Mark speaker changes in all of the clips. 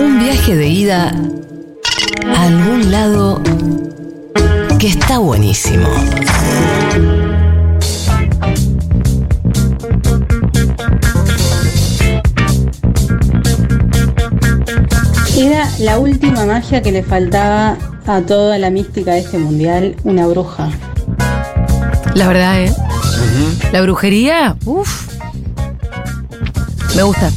Speaker 1: Un viaje de ida a algún lado que está buenísimo.
Speaker 2: Era la última magia que le faltaba a toda la mística de este mundial, una bruja.
Speaker 1: La verdad, ¿eh? La brujería, uff. Me gusta.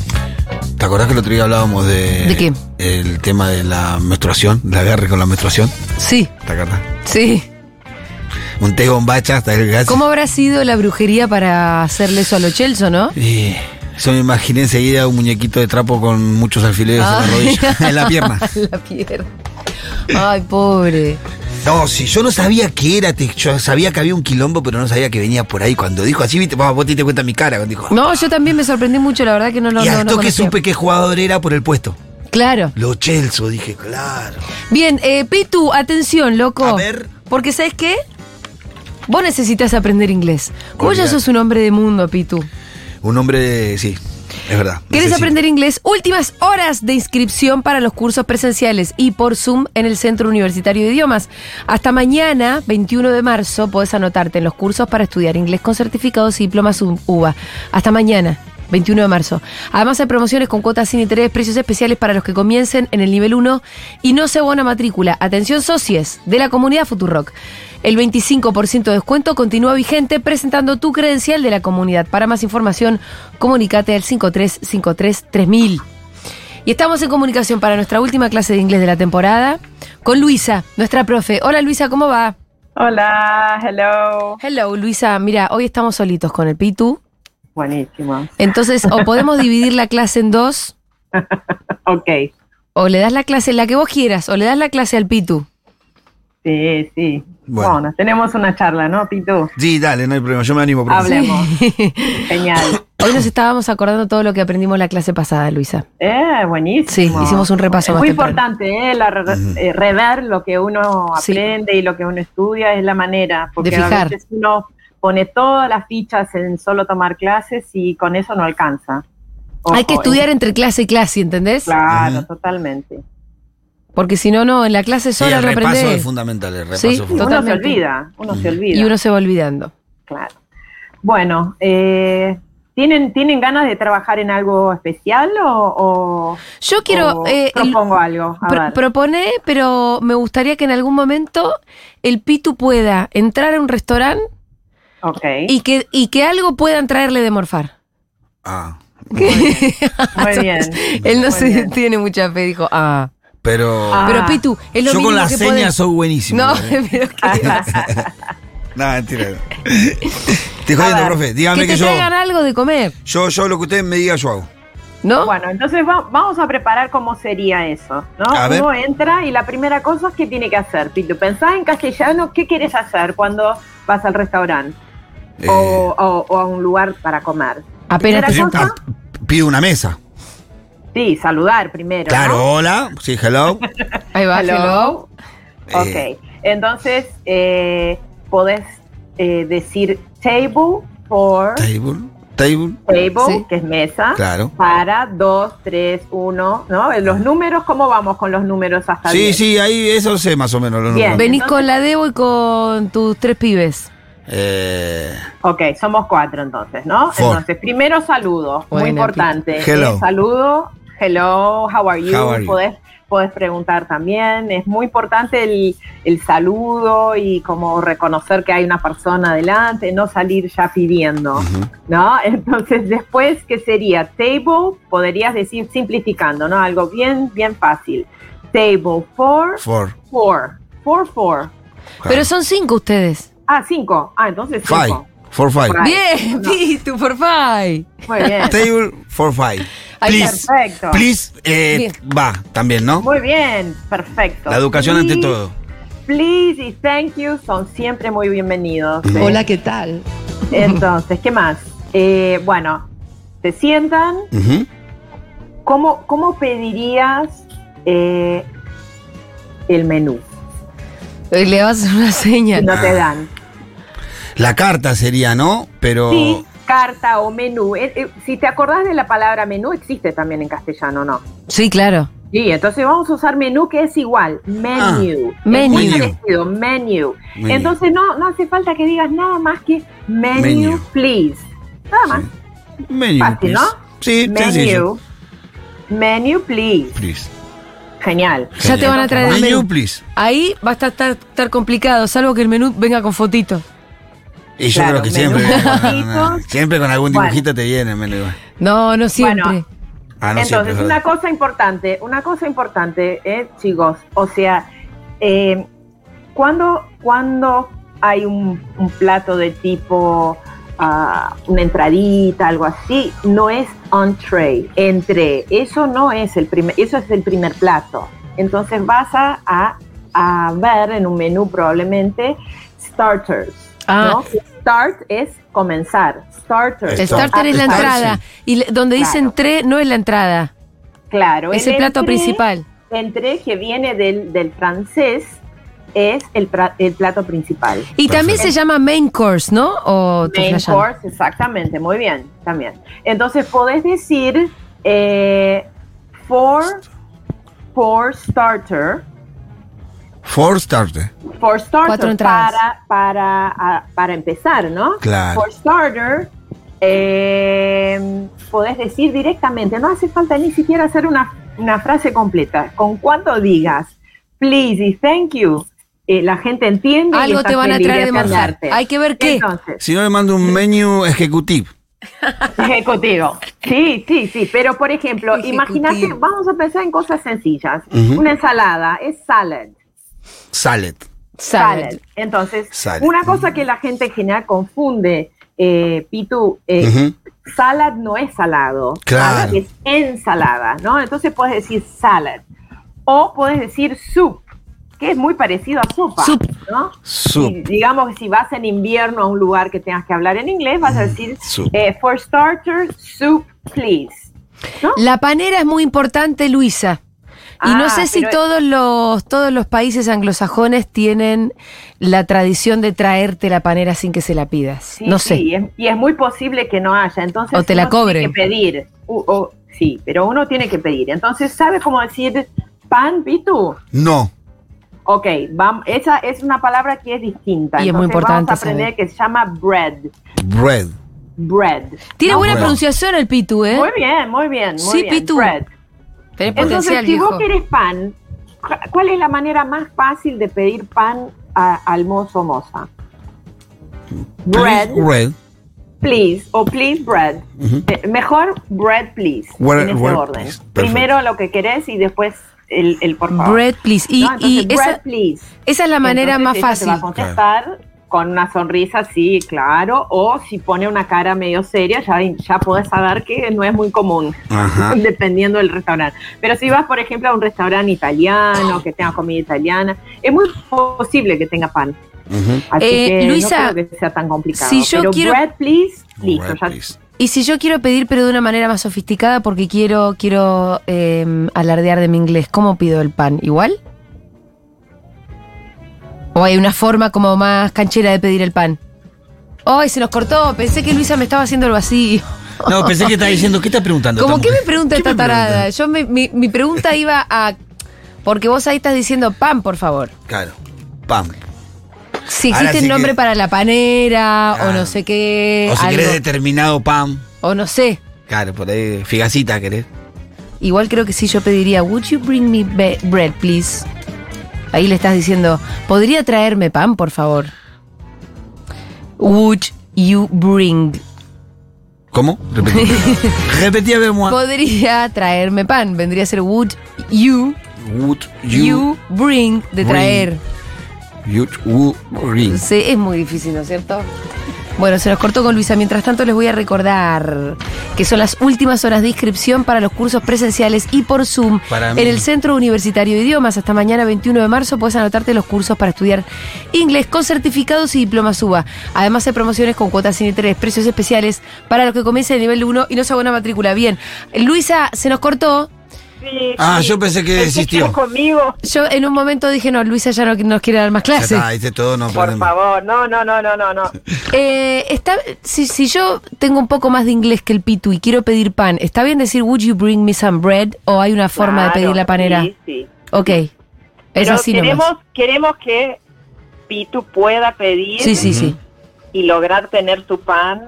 Speaker 3: ¿Te acordás que el otro día hablábamos de.
Speaker 1: ¿De qué?
Speaker 3: El tema de la menstruación, la guerra con la menstruación.
Speaker 1: Sí,
Speaker 3: ¿Te acordás?
Speaker 1: sí.
Speaker 3: Un té bombacha hasta el gas.
Speaker 1: ¿Cómo habrá sido la brujería para hacerle eso a los Chelsea, no?
Speaker 3: Y yo me imaginé enseguida un muñequito de trapo con muchos alfileres en la
Speaker 1: Ay.
Speaker 3: rodilla, en la pierna.
Speaker 1: En la pierna. Ay, pobre.
Speaker 3: No, si yo no sabía qué era, te- yo sabía que había un quilombo, pero no sabía que venía por ahí. Cuando dijo así, viste, vos vos te diste cuenta mi cara, cuando dijo.
Speaker 1: No, yo también me sorprendí mucho, la verdad que no lo
Speaker 3: y
Speaker 1: no-
Speaker 3: al
Speaker 1: no
Speaker 3: toque
Speaker 1: conocía.
Speaker 3: supe qué jugador era por el puesto.
Speaker 1: Claro.
Speaker 3: Lo Chelsea, dije, claro.
Speaker 1: Bien, eh, Pitu, atención, loco.
Speaker 3: A ver.
Speaker 1: Porque ¿sabes qué? Vos necesitas aprender inglés. Vos ya
Speaker 3: Olvidate.
Speaker 1: sos un hombre de mundo, Pitu.
Speaker 3: Un hombre, sí, es verdad.
Speaker 1: ¿Querés
Speaker 3: Necesito.
Speaker 1: aprender inglés? Últimas horas de inscripción para los cursos presenciales y por Zoom en el Centro Universitario de Idiomas. Hasta mañana, 21 de marzo, podés anotarte en los cursos para estudiar inglés con certificados y diplomas U- UBA. Hasta mañana. 21 de marzo. Además hay promociones con cuotas sin interés, precios especiales para los que comiencen en el nivel 1 y no se abona matrícula. Atención socios de la comunidad Futurock. El 25% de descuento continúa vigente presentando tu credencial de la comunidad. Para más información, comunícate al 5353-3000. Y estamos en comunicación para nuestra última clase de inglés de la temporada con Luisa, nuestra profe. Hola Luisa, ¿cómo va?
Speaker 4: Hola, hello.
Speaker 1: Hello Luisa, mira, hoy estamos solitos con el Pitu.
Speaker 4: Buenísimo.
Speaker 1: Entonces, o podemos dividir la clase en dos,
Speaker 4: Ok,
Speaker 1: o le das la clase, la que vos quieras, o le das la clase al Pitu.
Speaker 4: sí, sí.
Speaker 3: Bueno.
Speaker 4: Bueno, tenemos una charla, ¿no, Pitu?
Speaker 3: Sí, dale, no hay problema, yo me animo. profe.
Speaker 4: Hablemos. Genial.
Speaker 1: Hoy nos estábamos acordando todo lo que aprendimos la clase pasada, Luisa.
Speaker 4: Eh, buenísimo.
Speaker 1: Sí, hicimos un repaso
Speaker 4: Es
Speaker 1: más
Speaker 4: muy
Speaker 1: temprano.
Speaker 4: importante, ¿eh? la re-
Speaker 3: Ujú.
Speaker 4: eh, rever lo que uno
Speaker 1: Sí.
Speaker 4: aprende y lo que uno estudia es la manera, porque
Speaker 1: De
Speaker 4: a
Speaker 1: fijar.
Speaker 4: veces uno pone todas las fichas en solo tomar clases y con eso no alcanza. Ojo, eh.
Speaker 1: Hay que estudiar entre clase y clase, ¿entendés?
Speaker 4: Claro,
Speaker 3: Ujú.
Speaker 4: totalmente.
Speaker 1: Porque si no, no, en la clase
Speaker 3: Sí,
Speaker 1: sola
Speaker 3: el
Speaker 1: no
Speaker 3: repaso
Speaker 1: aprendés.
Speaker 3: es fundamental, el repaso
Speaker 1: Sí,
Speaker 3: es
Speaker 4: Y
Speaker 3: fundamental.
Speaker 4: uno se
Speaker 1: Totalmente.
Speaker 4: olvida, uno se
Speaker 3: Ujú.
Speaker 4: olvida.
Speaker 1: Y uno se va olvidando.
Speaker 4: Claro. Bueno, eh, ¿tienen, ¿tienen ganas de trabajar en algo especial o, o-
Speaker 1: Yo quiero...
Speaker 4: o
Speaker 1: eh, el-
Speaker 4: Oh, propongo algo? A
Speaker 1: pro-
Speaker 4: ver.
Speaker 1: proponé, pero me gustaría que en algún momento el Pitu pueda entrar a un restaurante
Speaker 4: ok,
Speaker 1: y que, y que algo puedan traerle de morfar.
Speaker 3: Ah,
Speaker 4: muy bien.
Speaker 1: Él no
Speaker 4: Muy
Speaker 1: se
Speaker 4: bien.
Speaker 1: tiene mucha fe, dijo, ah.
Speaker 3: pero
Speaker 4: Ah,
Speaker 1: Pero Pitu, es lo
Speaker 3: yo
Speaker 1: mismo
Speaker 3: con las
Speaker 1: que
Speaker 3: señas
Speaker 1: podés-
Speaker 3: soy buenísimo.
Speaker 1: No,
Speaker 3: ¿eh?
Speaker 1: pero que-
Speaker 4: Ah.
Speaker 3: no, mentira. Te jodiendo,
Speaker 4: ver,
Speaker 3: profe,
Speaker 1: que
Speaker 3: dígame que,
Speaker 1: te
Speaker 3: yo,
Speaker 1: traigan algo de comer,
Speaker 3: yo, yo lo que usted me diga, yo hago.
Speaker 1: ¿no?
Speaker 4: Bueno, entonces va- vamos a preparar cómo sería eso, ¿no?
Speaker 3: A ver.
Speaker 4: Uno entra y la primera cosa es qué tiene que hacer, Pitu. Pensá en castellano, ¿qué quieres hacer cuando vas al restaurante
Speaker 3: Eh,
Speaker 4: o, o- o a un lugar para comer?
Speaker 1: Apenas Oh, te-
Speaker 4: Primera
Speaker 3: yo,
Speaker 4: cosa?
Speaker 3: ah, pido una mesa.
Speaker 4: Sí, saludar primero.
Speaker 3: Claro,
Speaker 4: ¿no?
Speaker 3: hola, sí, hello.
Speaker 1: Ahí va, hello.
Speaker 4: Hello.
Speaker 3: Eh,
Speaker 4: Ok, entonces eh, podés eh, decir table for table,
Speaker 3: Table, table,
Speaker 1: Sí.
Speaker 4: que es
Speaker 1: Ah,
Speaker 4: mesa,
Speaker 3: claro.
Speaker 4: para dos, tres, uno, ¿no? Eh, Los números, ¿cómo vamos con los números hasta
Speaker 3: Sí,
Speaker 4: diez?
Speaker 3: sí, ahí eso sé más o menos los
Speaker 4: Bien.
Speaker 3: números.
Speaker 1: Venís
Speaker 4: Entonces-
Speaker 1: con la Debo y con tus tres pibes.
Speaker 3: Eh,
Speaker 4: Ok, somos cuatro entonces, ¿no?
Speaker 3: Four.
Speaker 4: Entonces, primero saludo,
Speaker 1: Buena,
Speaker 4: muy importante.
Speaker 3: Pito. Hello.
Speaker 4: Eh, saludo, hello, how are you?
Speaker 3: How are you?
Speaker 4: Podés, podés preguntar también, es muy importante el, el saludo y como reconocer que hay una persona adelante, no salir ya pidiendo.
Speaker 3: ujú.
Speaker 4: ¿no? Entonces, después, ¿qué sería? Table, podrías decir simplificando, ¿no? Algo bien, bien fácil. Table for
Speaker 3: Four.
Speaker 4: four. Four, four.
Speaker 1: Pero son cinco ustedes.
Speaker 4: Ah, cinco. Ah, entonces
Speaker 3: Five.
Speaker 4: cinco.
Speaker 3: Four, five.
Speaker 4: Five. Ay,
Speaker 1: Bien, Pitu, por favor.
Speaker 4: Muy bien.
Speaker 3: Table, four, five.
Speaker 1: Ahí
Speaker 3: Please.
Speaker 1: está.
Speaker 4: Perfecto.
Speaker 3: Please, eh,
Speaker 1: Bien.
Speaker 3: va, también, ¿no?
Speaker 4: Muy bien, perfecto.
Speaker 3: La educación ante
Speaker 4: Please,
Speaker 3: todo.
Speaker 4: Please y thank you son siempre muy bienvenidos. ¿eh?
Speaker 5: Hola, ¿qué tal?
Speaker 4: Entonces, ¿qué más? Eh, bueno, se sientan,
Speaker 3: Ujú.
Speaker 4: ¿Cómo, cómo pedirías eh, el menú?
Speaker 1: Eh, Le vas a hacer una seña.
Speaker 4: Si no
Speaker 3: Ah.
Speaker 4: te dan.
Speaker 3: La carta sería, ¿no? Pero.
Speaker 4: Sí, carta o menú. Eh, eh, Si te acordás de la palabra menú, existe también en castellano, ¿no?
Speaker 1: Sí, claro.
Speaker 4: Sí, entonces vamos a usar menú que es igual, menu.
Speaker 1: Ah, menu.
Speaker 4: Es muy parecido, menu.
Speaker 3: Menu.
Speaker 4: Entonces no, no hace falta que digas nada más que menu,
Speaker 3: Menu.
Speaker 4: please. Nada más.
Speaker 3: Menu,
Speaker 4: Fácil,
Speaker 3: please.
Speaker 4: ¿no?
Speaker 3: Sí, sencillo.
Speaker 4: Menu. Menu, please.
Speaker 3: Please.
Speaker 4: Genial.
Speaker 1: Ya te van a traer el
Speaker 3: Menu,
Speaker 1: menú.
Speaker 3: please.
Speaker 1: Ahí va a estar, estar- estar complicado, salvo que el menú venga con fotito.
Speaker 3: Y yo
Speaker 4: Claro,
Speaker 3: creo que
Speaker 4: menú
Speaker 3: siempre.
Speaker 4: con
Speaker 3: no, no, no.
Speaker 4: dibujitos.
Speaker 3: Siempre con algún
Speaker 4: Bueno.
Speaker 3: dibujito te viene el menú.
Speaker 1: No, no siempre.
Speaker 4: Bueno.
Speaker 3: Ah, no siempre.
Speaker 4: Entonces,
Speaker 3: es
Speaker 4: una
Speaker 3: verdad.
Speaker 4: cosa importante, una cosa importante, ¿eh, chicos, o sea, eh, cuando, cuando hay un, un plato de tipo ah, una entradita, algo así, no es entree, entre, eso no es el primer, eso es el primer plato. Entonces vas a, a- a ver en un menú probablemente starters.
Speaker 1: Ah.
Speaker 4: ¿no? Start es comenzar. Starters.
Speaker 1: El
Speaker 3: Esto.
Speaker 1: starter es la
Speaker 3: Ah,
Speaker 4: Appetizer.
Speaker 1: entrada. Y le- donde dice
Speaker 4: Claro.
Speaker 1: entré no es la entrada.
Speaker 4: Claro.
Speaker 1: es el plato
Speaker 4: entrée-
Speaker 1: principal.
Speaker 4: Entré, que viene del, del francés, es el, pra- el plato principal.
Speaker 1: Y también se llama main course, ¿no? O estoy
Speaker 4: Main
Speaker 1: flasheando.
Speaker 4: course, exactamente, muy bien, también. Entonces podés decir eh, for, for starter,
Speaker 3: Four ¿eh? starter.
Speaker 4: for
Speaker 1: Cuatro
Speaker 4: starter,
Speaker 1: entradas.
Speaker 4: para, para, a- para empezar, ¿no?
Speaker 3: Claro.
Speaker 4: For starter, eh, podés decir directamente, no hace falta ni siquiera hacer una, una frase completa. Con cuando digas please y thank you, eh, la gente entiende. y
Speaker 1: Algo
Speaker 4: está
Speaker 1: te van a
Speaker 4: feliz
Speaker 1: traer de manjar.
Speaker 4: atenderte.
Speaker 1: Hay que ver qué.
Speaker 4: Entonces,
Speaker 3: Si no, le mando un menú ejecutivo.
Speaker 4: ejecutivo. Sí, sí, sí. Pero por ejemplo,
Speaker 1: Ejecutivo.
Speaker 4: imagínate, vamos a pensar en cosas sencillas.
Speaker 3: Ujú.
Speaker 4: Una ensalada es salad.
Speaker 3: Salad.
Speaker 1: Salad.
Speaker 4: Salad. Entonces,
Speaker 3: Salad.
Speaker 4: una cosa que la gente en general confunde, eh, Pitu, eh,
Speaker 3: Ujú.
Speaker 4: salad no es salado.
Speaker 3: Claro.
Speaker 4: Salad es ensalada, ¿no? Entonces puedes decir salad. O puedes decir soup, que es muy parecido a sopa,
Speaker 1: Soup.
Speaker 4: ¿no?
Speaker 3: Soup.
Speaker 4: Y digamos que si vas en invierno a un lugar que tengas que hablar en inglés, vas a decir,
Speaker 3: soup.
Speaker 4: eh, for starters, soup, please. ¿No?
Speaker 1: La panera es muy importante, Luisa. Y no
Speaker 4: Ah,
Speaker 1: sé si
Speaker 4: pero-
Speaker 1: todos los, todos los países anglosajones tienen la tradición de traerte la panera sin que se la pidas.
Speaker 4: Sí,
Speaker 1: no sé.
Speaker 4: sí, y es, y es muy posible que no haya. Entonces
Speaker 1: O te la
Speaker 4: uno tiene
Speaker 1: cobren.
Speaker 4: que pedir. U- o- sí, pero uno tiene que pedir. Entonces, ¿sabes cómo decir pan, Pitu?
Speaker 3: No.
Speaker 4: Ok, vam- esa es una palabra que es distinta.
Speaker 1: Y es muy
Speaker 4: Entonces,
Speaker 1: importante
Speaker 4: Vamos a aprender
Speaker 1: saber.
Speaker 4: que se llama bread.
Speaker 3: Bread.
Speaker 4: Bread.
Speaker 1: Tiene
Speaker 4: ¿no?
Speaker 1: buena
Speaker 3: bueno.
Speaker 1: pronunciación el Pitu, ¿eh?
Speaker 4: Ah, Muy bien, muy bien. Muy
Speaker 1: Sí,
Speaker 4: bien,
Speaker 1: Pitu.
Speaker 4: bread.
Speaker 1: Tenés
Speaker 4: Entonces,
Speaker 1: potencial,
Speaker 4: si
Speaker 1: viejo.
Speaker 4: vos querés pan, cu- ¿cuál es la manera más fácil de pedir pan a- al mozo o moza? Bread,
Speaker 3: Bread.
Speaker 4: please o please bread. Eh, Mejor bread please
Speaker 3: Where-
Speaker 4: en ese
Speaker 3: where,
Speaker 4: orden.
Speaker 3: please. Perfecto.
Speaker 4: Primero lo que querés y después el, el por favor.
Speaker 1: Bread, please. Y,
Speaker 4: No,
Speaker 1: y
Speaker 4: entonces, bread,
Speaker 1: esa,
Speaker 4: please.
Speaker 1: esa es la manera
Speaker 4: Entonces, ella
Speaker 1: más
Speaker 4: Te
Speaker 1: fácil.
Speaker 4: va a contestar con una sonrisa, sí, claro, o si pone una cara medio seria, ya, ya podés saber que no es muy común,
Speaker 3: Ajá.
Speaker 4: dependiendo del restaurante. Pero si vas, por ejemplo, a un restaurante italiano, que tenga comida italiana, es muy posible que tenga pan.
Speaker 3: Ujú.
Speaker 4: Así
Speaker 1: Eh,
Speaker 4: que
Speaker 1: Luisa,
Speaker 4: no creo que sea tan complicado.
Speaker 1: si yo
Speaker 4: pero
Speaker 1: quiero-
Speaker 4: bread, please, listo,
Speaker 3: Bread,
Speaker 4: ya
Speaker 3: please.
Speaker 1: Y si yo quiero pedir, pero de una manera más sofisticada, porque quiero, quiero eh, alardear de mi inglés, ¿cómo pido el pan? ¿Igual? ¿O hay una forma como más canchera de pedir el pan? ¡Ay, se nos cortó! Pensé que Luisa me estaba haciendo el vacío.
Speaker 3: No, pensé que estaba diciendo, ¿qué estás preguntando?
Speaker 1: Como
Speaker 3: esta
Speaker 1: que me
Speaker 3: mujer?
Speaker 1: pregunta
Speaker 3: ¿Qué
Speaker 1: esta
Speaker 3: me
Speaker 1: tarada. Yo me- mi, mi pregunta iba a. Porque vos ahí estás diciendo pan, por favor.
Speaker 3: Claro. Pam.
Speaker 1: Si
Speaker 3: Ahora
Speaker 1: existe
Speaker 3: sí
Speaker 1: un nombre
Speaker 3: que-
Speaker 1: para la panera, o
Speaker 3: Claro.
Speaker 1: no sé qué.
Speaker 3: O si
Speaker 1: Eh, algo,
Speaker 3: querés determinado pam.
Speaker 1: o no sé.
Speaker 3: Claro, por ahí. Figacita querés.
Speaker 1: Igual creo que sí, yo pediría, would you bring me be- bread, please? Ahí le estás diciendo, ¿podría traerme pan, por favor? Would you bring?
Speaker 3: ¿Cómo? Repetí. Repetí a ver, moi.
Speaker 1: Podría traerme pan. Vendría a ser, would you,
Speaker 3: Would
Speaker 1: you,
Speaker 3: you,
Speaker 1: bring de
Speaker 3: bring.
Speaker 1: traer?
Speaker 3: you, would ring.
Speaker 1: Sí, es muy difícil, ¿no es cierto? Bueno, se nos cortó con Luisa. Mientras tanto, les voy a recordar que son las últimas horas de inscripción para los cursos presenciales y por Zoom
Speaker 3: Para
Speaker 1: en
Speaker 3: mí.
Speaker 1: el Centro Universitario de Idiomas. Hasta mañana, 21 de marzo, puedes anotarte los cursos para estudiar inglés con certificados y diplomas UBA. Además, hay promociones con cuotas sin interés, precios especiales para los que comiencen el nivel 1 y no se hagan una matrícula. Bien, Luisa, se nos cortó.
Speaker 4: Sí,
Speaker 3: Ah,
Speaker 4: sí.
Speaker 3: yo pensé que
Speaker 4: Pensé
Speaker 3: desistió.
Speaker 4: era conmigo.
Speaker 1: Yo en un momento dije, no, Luisa ya no nos quiere dar más
Speaker 3: Ya
Speaker 1: clases.
Speaker 3: está, hice todo, no
Speaker 4: Por
Speaker 3: problema.
Speaker 4: favor, no, no, no, no, no, no.
Speaker 1: Eh, está, si, si yo tengo un poco más de inglés que el Pitu y quiero pedir pan, ¿está bien decir would you bring me some bread? ¿O hay una forma de
Speaker 4: Claro,
Speaker 1: pedir la panera?
Speaker 4: Sí, sí.
Speaker 1: Ok. Es
Speaker 4: Pero
Speaker 1: así nomás.
Speaker 4: queremos, queremos que Pitu pueda pedir
Speaker 1: Sí, sí, sí.
Speaker 4: y lograr tener tu pan.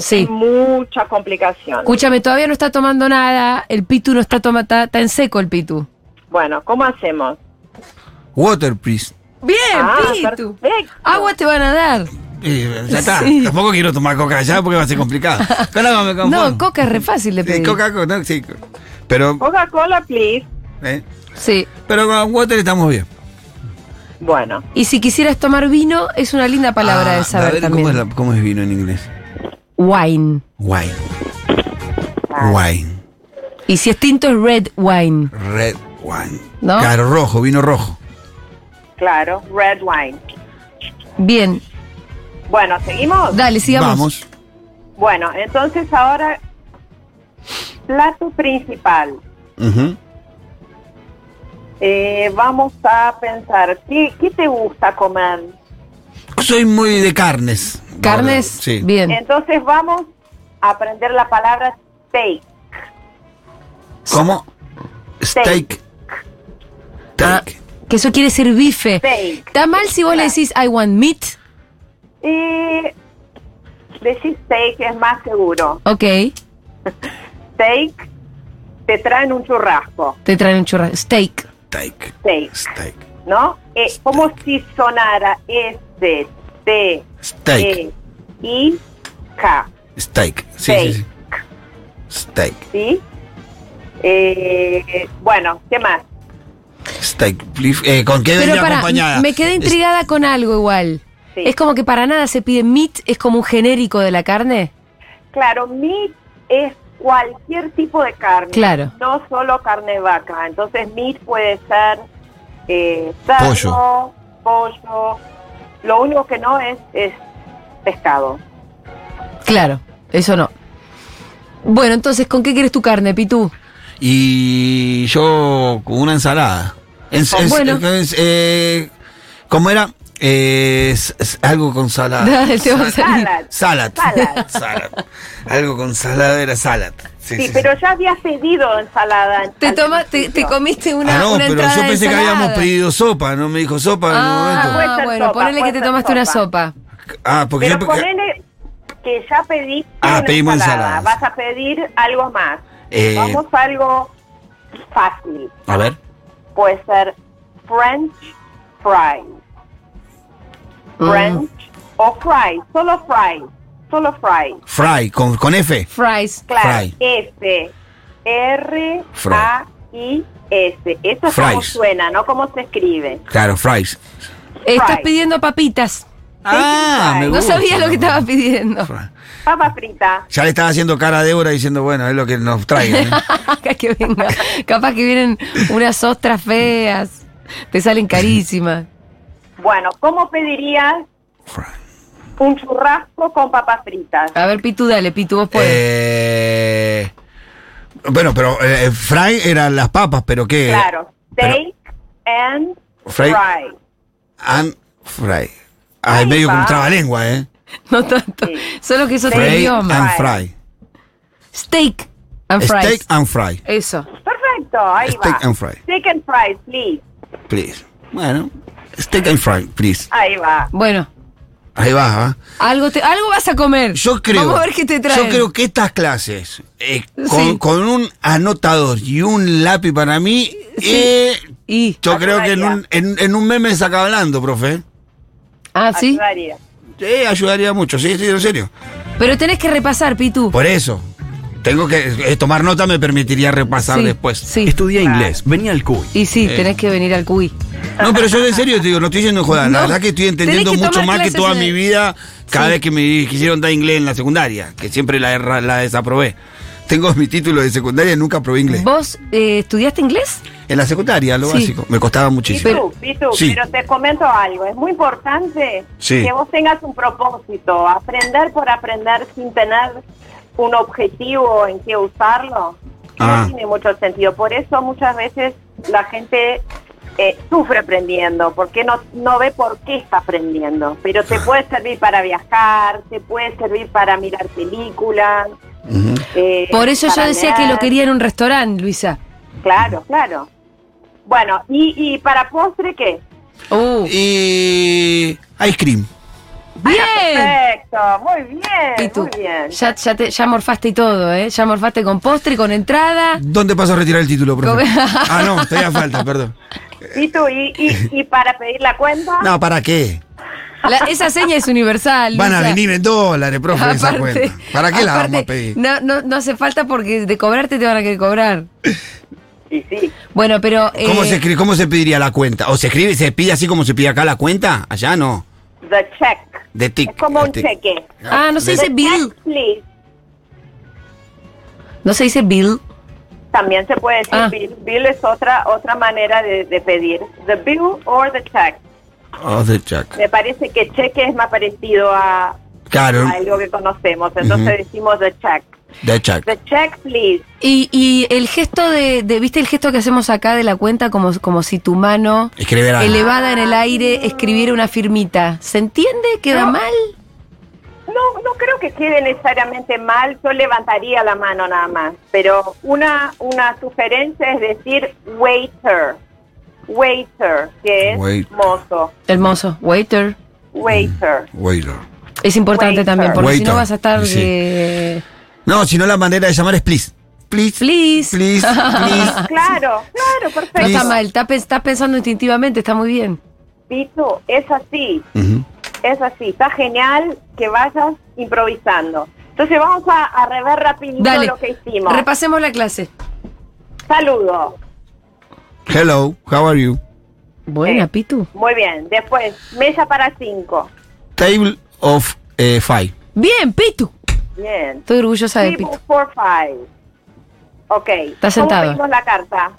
Speaker 1: Sí.
Speaker 4: Es mucha complicación.
Speaker 1: Escúchame, todavía no está tomando nada. El Pitu no está tomando. Está, está en seco el Pitu.
Speaker 4: Bueno, ¿cómo hacemos?
Speaker 3: Water, please.
Speaker 1: Bien,
Speaker 4: Ah,
Speaker 1: Pitu.
Speaker 4: perfecto.
Speaker 1: Agua te van a dar.
Speaker 3: Eh, ya está.
Speaker 1: Sí.
Speaker 3: Tampoco quiero tomar coca ya porque va a ser complicado. Con agua me conformo.
Speaker 1: No, coca es re fácil de
Speaker 3: Ah, Sí,
Speaker 1: pedir.
Speaker 3: coca, coca, no, sí. Pero,
Speaker 4: Coca-Cola, please.
Speaker 3: eh,
Speaker 1: Sí.
Speaker 3: pero con water estamos bien.
Speaker 4: Bueno,
Speaker 1: Y si quisieras tomar vino, es una linda palabra
Speaker 3: Ah,
Speaker 1: de saber
Speaker 3: a ver,
Speaker 1: también.
Speaker 3: ¿cómo es, la- cómo es vino en inglés?
Speaker 1: Wine.
Speaker 3: Wine.
Speaker 4: Ah.
Speaker 3: Wine.
Speaker 1: Y si es tinto, es red wine.
Speaker 3: Red wine.
Speaker 1: ¿No?
Speaker 3: Claro, rojo, vino rojo.
Speaker 4: claro, red wine.
Speaker 1: Bien.
Speaker 4: Bueno, ¿seguimos?
Speaker 1: Dale, sigamos.
Speaker 3: Vamos.
Speaker 4: Bueno, entonces ahora, plato principal.
Speaker 3: Ujú.
Speaker 4: Eh, vamos a pensar, ¿qué, qué te gusta comer?
Speaker 3: Soy muy de carnes.
Speaker 1: ¿Carnes?
Speaker 3: Ahora, Sí.
Speaker 1: Bien.
Speaker 4: Entonces vamos a aprender la palabra steak.
Speaker 3: ¿Cómo? Steak.
Speaker 1: Ah,
Speaker 3: Steak.
Speaker 1: que eso quiere decir bife.
Speaker 4: Steak.
Speaker 1: Está mal si vos le decís I want meat.
Speaker 4: Eh, decir steak es más seguro.
Speaker 1: Ok.
Speaker 4: Steak te traen un churrasco,
Speaker 1: Te traen un churrasco. Steak.
Speaker 3: Steak.
Speaker 1: Ah.
Speaker 4: steak,
Speaker 3: Steak.
Speaker 4: ¿no? Eh, como si sonara S, T,
Speaker 3: Steak.
Speaker 4: E, I, K,
Speaker 3: Steak. Sí, sí, sí. Steak.
Speaker 4: ¿sí? Eh, bueno, ¿qué más?
Speaker 3: Steak. please. Eh, ¿Con qué
Speaker 1: Pero
Speaker 3: venía
Speaker 1: para,
Speaker 3: acompañada?
Speaker 1: me quedé intrigada con algo igual.
Speaker 4: Sí.
Speaker 1: Es como que para nada se pide meat, es como un genérico de la carne.
Speaker 4: Claro, meat es cualquier tipo de carne.
Speaker 1: Claro.
Speaker 4: No solo carne de vaca. Entonces, meat puede ser eh, cerdo, pollo. Lo único que no es, es pescado.
Speaker 1: Claro, eso no. Bueno, entonces, ¿con qué quieres tu carne, Pitu?
Speaker 3: Y yo con una ensalada. Es- es-
Speaker 1: Bueno.
Speaker 3: es- eh, ¿Cómo era? Eh, es- es algo con salada.
Speaker 1: Te va a salir.
Speaker 4: Salad.
Speaker 3: Salad.
Speaker 4: Salad.
Speaker 3: Salad. Algo con salada era salad. Sí,
Speaker 4: Sí,
Speaker 3: sí,
Speaker 4: pero ya habías pedido ensalada. en-
Speaker 1: Te,
Speaker 4: al
Speaker 1: toma, te, te
Speaker 4: principio.
Speaker 1: comiste
Speaker 3: sí.
Speaker 1: una,
Speaker 3: Ah, no,
Speaker 1: una
Speaker 3: pero
Speaker 1: entrada
Speaker 3: yo
Speaker 1: de
Speaker 3: pensé que
Speaker 1: ensalada.
Speaker 3: habíamos pedido sopa, no me dijo sopa en un
Speaker 1: Ah,
Speaker 3: momento.
Speaker 4: Puede ser
Speaker 1: bueno,
Speaker 4: sopa,
Speaker 1: ponele que
Speaker 4: puede
Speaker 1: te
Speaker 4: ser
Speaker 1: tomaste una sopa.
Speaker 3: Ah, porque
Speaker 4: Pero
Speaker 3: yo-
Speaker 4: ponele que ya pediste
Speaker 3: Ah,
Speaker 4: una
Speaker 3: pedimos
Speaker 4: ensalada.
Speaker 3: ensalada.
Speaker 4: Vas a pedir algo más.
Speaker 3: Eh,
Speaker 4: Vamos a algo fácil.
Speaker 3: A ver.
Speaker 4: puede ser French fries.
Speaker 3: Mm.
Speaker 4: French o fries, solo fries, solo fries.
Speaker 3: Fry, con, con F.
Speaker 1: Fries.
Speaker 4: Claro,
Speaker 3: Fry.
Speaker 4: F R
Speaker 3: Fry.
Speaker 4: A I S. Eso es como
Speaker 3: Fries.
Speaker 4: suena, no como se escribe.
Speaker 3: Claro, fries.
Speaker 1: Estás
Speaker 4: Fries.
Speaker 1: pidiendo papitas.
Speaker 3: Ah,
Speaker 4: fry.
Speaker 3: me
Speaker 1: No
Speaker 3: gusta.
Speaker 1: sabía lo que estaba pidiendo.
Speaker 3: Fry.
Speaker 4: Papa frita.
Speaker 3: Ya le estaba haciendo cara a Débora diciendo, bueno, es lo que nos ¿eh?" trae.
Speaker 1: Capaz que venga. Capaz que vienen unas ostras feas. Te salen carísimas.
Speaker 4: Bueno, ¿cómo pedirías un churrasco con papas fritas?
Speaker 1: A ver, Pitu, dale, Pitu, vos podés.
Speaker 3: Eh, bueno, pero eh, fry eran las papas, pero ¿qué?
Speaker 4: Claro,
Speaker 3: Eh, pero-
Speaker 4: steak and
Speaker 3: Fry.
Speaker 4: fry.
Speaker 3: And fry. Ay, medio
Speaker 4: va.
Speaker 3: como trabalengua, ¿eh?
Speaker 1: no tanto. Solo que eso otro
Speaker 3: Fry
Speaker 1: idioma.
Speaker 3: and fry.
Speaker 1: Steak and fries.
Speaker 3: Steak and fry.
Speaker 1: Eso.
Speaker 4: Perfecto, ahí
Speaker 3: Steak
Speaker 4: va.
Speaker 3: and fry.
Speaker 4: Steak and fries, please.
Speaker 3: Please. Bueno, steak and fry, please.
Speaker 4: Ahí va.
Speaker 1: Bueno,
Speaker 3: Ahí va, ¿va?
Speaker 1: algo, te, algo vas a comer.
Speaker 3: Yo creo.
Speaker 1: Vamos a ver qué te trae.
Speaker 3: Yo creo que estas clases, eh, con,
Speaker 1: Sí.
Speaker 3: con un anotador y un lápiz para mí, eh,
Speaker 1: Y.
Speaker 3: yo creo que en un, en, en un meme se acaba hablando, profe.
Speaker 1: Ah, sí.
Speaker 4: Ayudaría.
Speaker 3: Sí, ayudaría mucho, sí, sí, en serio.
Speaker 1: Pero tenés que repasar, Pitu.
Speaker 3: Por eso, tengo que eh, tomar nota, me permitiría repasar
Speaker 1: Sí,
Speaker 3: después.
Speaker 1: Sí.
Speaker 5: Estudia inglés, venía al CUI.
Speaker 1: Y sí,
Speaker 3: Eh.
Speaker 1: tenés que venir al CUI.
Speaker 3: No, pero yo en serio te digo, no estoy diciendo joda.
Speaker 1: No,
Speaker 3: la verdad que estoy entendiendo
Speaker 1: tenés que
Speaker 3: mucho
Speaker 1: tomar
Speaker 3: más que
Speaker 1: clases
Speaker 3: toda
Speaker 1: en-
Speaker 3: mi vida cada
Speaker 1: Sí.
Speaker 3: vez que me quisieron dar inglés en la secundaria, que siempre la, erra- la desaprobé. Tengo mi título de secundaria y nunca aprobé inglés.
Speaker 1: ¿Vos eh, estudiaste inglés?
Speaker 3: En la secundaria, lo
Speaker 1: Sí.
Speaker 3: básico. Me costaba
Speaker 4: Pitu,
Speaker 3: muchísimo.
Speaker 4: Pitu,
Speaker 3: Sí.
Speaker 4: pero te comento algo, es muy importante
Speaker 3: Sí.
Speaker 4: que vos tengas un propósito, aprender por aprender sin tener un objetivo en qué usarlo
Speaker 3: Ah.
Speaker 4: no tiene mucho sentido. Por eso muchas veces la gente eh, sufre aprendiendo, porque no, no ve por qué está aprendiendo. Pero
Speaker 3: Ah.
Speaker 4: te puede servir para viajar, te puede servir para mirar películas.
Speaker 3: Ujú.
Speaker 4: eh,
Speaker 1: Por eso yo
Speaker 4: para
Speaker 1: decía que lo
Speaker 4: leer.
Speaker 1: quería en un restaurante, Luisa.
Speaker 4: Claro, claro. Bueno, ¿y, y para postre qué?
Speaker 1: Uh,
Speaker 3: Eh, ice cream.
Speaker 1: ¡Bien!
Speaker 4: Perfecto, muy bien,
Speaker 1: Y tú,
Speaker 4: Eh, muy bien.
Speaker 1: ya, ya, te- ya morfaste y todo, ¿eh? Ya morfaste con postre, con entrada.
Speaker 3: ¿Dónde paso a retirar el título, profe?
Speaker 1: Come-
Speaker 3: Ah, no, todavía falta, perdón.
Speaker 4: ¿Y tú? ¿Y, y, y para pedir la cuenta?
Speaker 3: No, ¿para qué?
Speaker 1: La- esa seña es universal.
Speaker 3: Van a
Speaker 1: Luisa.
Speaker 3: venir en dólares, profe, esa cuenta. ¿Para qué la
Speaker 1: aparte,
Speaker 3: vamos a pedir?
Speaker 1: No, no, no hace falta porque de cobrarte te van a querer cobrar.
Speaker 4: Y sí.
Speaker 1: Bueno, pero. eh,
Speaker 3: ¿Cómo, se escribe, ¿Cómo se pediría la cuenta? ¿O se escribe, se pide así como se pide acá la cuenta? Allá no.
Speaker 4: The check.
Speaker 3: De tic.
Speaker 4: Es como un
Speaker 3: tic.
Speaker 4: cheque.
Speaker 1: Ah, no se
Speaker 3: De-
Speaker 1: dice bill.
Speaker 4: Check, please.
Speaker 1: No se dice bill.
Speaker 4: También se puede decir
Speaker 1: Ah.
Speaker 4: bill. Bill es otra otra manera de, de pedir. The bill or the check.
Speaker 3: Oh, de check.
Speaker 4: Me parece que cheque es más parecido a,
Speaker 3: Claro,
Speaker 4: a algo que conocemos. Entonces
Speaker 3: Ujú.
Speaker 4: decimos the check.
Speaker 3: de check.
Speaker 4: The check, please.
Speaker 1: Y, y el gesto de, de- ¿Viste el gesto que hacemos acá de la cuenta? Como, como si tu mano
Speaker 3: Escribir algo.
Speaker 1: elevada en el aire escribiera una firmita. ¿Se entiende? ¿Queda
Speaker 4: No.
Speaker 1: mal?
Speaker 4: No, no creo que quede necesariamente mal, yo levantaría la mano nada más, pero una, una sugerencia es decir waiter, waiter, que es
Speaker 3: Wait.
Speaker 4: mozo,
Speaker 1: Hermoso. Waiter. Mm.
Speaker 4: waiter.
Speaker 3: Waiter.
Speaker 1: Es importante
Speaker 4: Waiter.
Speaker 1: también, porque si no
Speaker 3: Waiter,
Speaker 1: vas a estar.
Speaker 3: sí.
Speaker 1: eh,
Speaker 3: No, si no la manera de llamar es please. Please.
Speaker 1: Please.
Speaker 3: Please. please.
Speaker 4: Claro, claro,
Speaker 1: No
Speaker 4: perfecto.
Speaker 1: está mal, está, pe- está pensando instintivamente, está muy bien.
Speaker 4: Pitu, es así,
Speaker 3: Ujú.
Speaker 4: es así, está genial que vayas improvisando. Entonces vamos a, a rever rapidito
Speaker 1: Dale,
Speaker 4: lo que hicimos.
Speaker 1: repasemos la clase.
Speaker 4: Saludo.
Speaker 3: Hello, how are you?
Speaker 1: Buena,
Speaker 4: Sí.
Speaker 1: Pitu.
Speaker 4: Muy bien, después, mesa para cinco.
Speaker 3: Table of eh, five.
Speaker 1: Bien, Pitu.
Speaker 4: Bien.
Speaker 1: Estoy orgullosa de
Speaker 4: Three,
Speaker 1: Pitu.
Speaker 4: four, five. Ok.
Speaker 1: Está sentado.
Speaker 4: ¿Cómo pedimos la carta?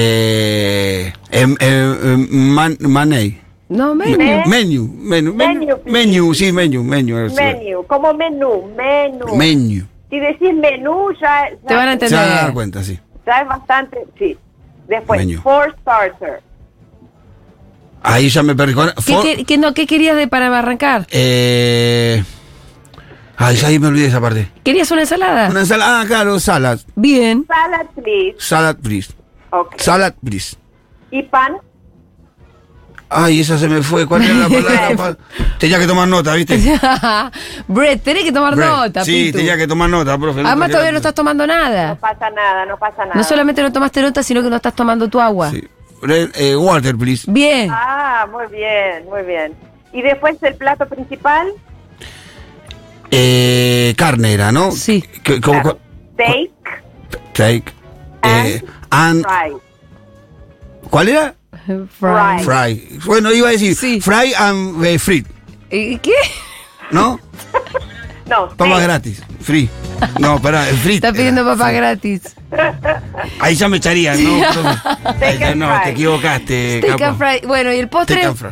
Speaker 3: Eh, em, eh, em, man, money.
Speaker 1: No,
Speaker 4: Me-
Speaker 1: menos.
Speaker 3: Menu, menu, menu,
Speaker 4: Menu, please.
Speaker 3: menu, sí, menu, menu. eso.
Speaker 4: Menú. Como menú. Menú.
Speaker 3: Menu.
Speaker 4: si decís menú, ya,
Speaker 1: Te van a
Speaker 3: Se van a dar
Speaker 1: entender.
Speaker 3: cuenta, sí.
Speaker 4: ya es bastante. Sí. Después,
Speaker 3: Menú.
Speaker 4: for starter.
Speaker 3: Ahí ya me perdí. Con-
Speaker 1: ¿Qué,
Speaker 3: for-
Speaker 1: qué- qué no, ¿Qué querías de para arrancar?
Speaker 3: eh, ay, ya ahí me olvidé esa parte.
Speaker 1: ¿Querías una ensalada?
Speaker 3: Una ensalada, ah, claro, salad.
Speaker 1: Bien.
Speaker 4: Salad, please.
Speaker 3: Salad, please.
Speaker 4: Ok.
Speaker 3: Salad, please.
Speaker 4: y pan.
Speaker 3: Ay, esa se me fue. ¿Cuál era la palabra? Pa- tenía que tomar nota, ¿viste?
Speaker 1: Brett, tenés que tomar
Speaker 3: Bre-
Speaker 1: nota,
Speaker 3: sí,
Speaker 1: Pitu.
Speaker 3: tenía que tomar nota, profe.
Speaker 1: Además,
Speaker 3: tenía-
Speaker 1: todavía no estás tomando nada.
Speaker 4: No pasa nada, no pasa nada.
Speaker 1: No solamente no tomaste nota, sino que no estás tomando tu agua.
Speaker 3: Sí. Bre- eh, water, please.
Speaker 1: Bien.
Speaker 4: Ah, muy bien, muy bien. Y después el plato principal,
Speaker 3: Eh, carne era, ¿no?
Speaker 1: Sí.
Speaker 3: ¿Qué- cómo-
Speaker 4: Claro. steak,
Speaker 3: cu- Steak. Eh, and-
Speaker 4: fries.
Speaker 3: ¿Cuál era?
Speaker 1: Fry.
Speaker 3: Fry. Bueno, iba a decir
Speaker 1: Sí.
Speaker 3: fry and eh, free,
Speaker 1: ¿Y ¿Qué?
Speaker 3: ¿no?
Speaker 4: No,
Speaker 3: Papas
Speaker 4: steak.
Speaker 3: gratis. Free. No, pará, el free.
Speaker 1: Está pidiendo
Speaker 3: era.
Speaker 1: papá gratis.
Speaker 3: Ahí ya me echarían, ¿no? Ay,
Speaker 4: and
Speaker 3: no,
Speaker 4: fry.
Speaker 3: te equivocaste.
Speaker 1: Steak and
Speaker 3: Eh, capo.
Speaker 1: fry. Bueno, ¿y el
Speaker 3: Steak
Speaker 1: postre?
Speaker 3: and fry.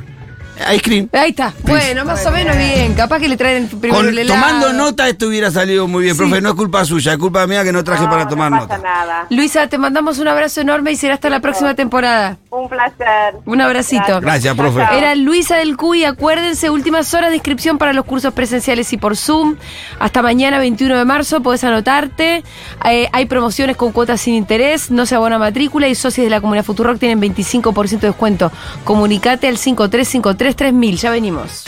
Speaker 3: Ice cream.
Speaker 4: Eh,
Speaker 1: Ahí está. Bueno, más o menos bien. Capaz que le traen el primero
Speaker 3: Con-
Speaker 1: el helado.
Speaker 3: tomando nota esto hubiera salido muy bien, profe. No es culpa suya, es culpa mía que no traje
Speaker 4: No,
Speaker 3: para tomar
Speaker 4: no
Speaker 3: nota.
Speaker 4: pasa nada.
Speaker 1: Luisa, te mandamos un abrazo enorme y será hasta la próxima temporada.
Speaker 4: Un placer.
Speaker 1: Un abracito.
Speaker 3: Gracias, profe.
Speaker 4: Chao, chao.
Speaker 1: Era Luisa del Cuy, acuérdense, últimas horas de inscripción para los cursos presenciales y por Zoom. Hasta mañana, 21 de marzo, podés anotarte. Eh, hay promociones con cuotas sin interés, no se abona matrícula y socios de la comunidad Futurock tienen 25% de descuento. Comunicate al 53533000. Ya venimos.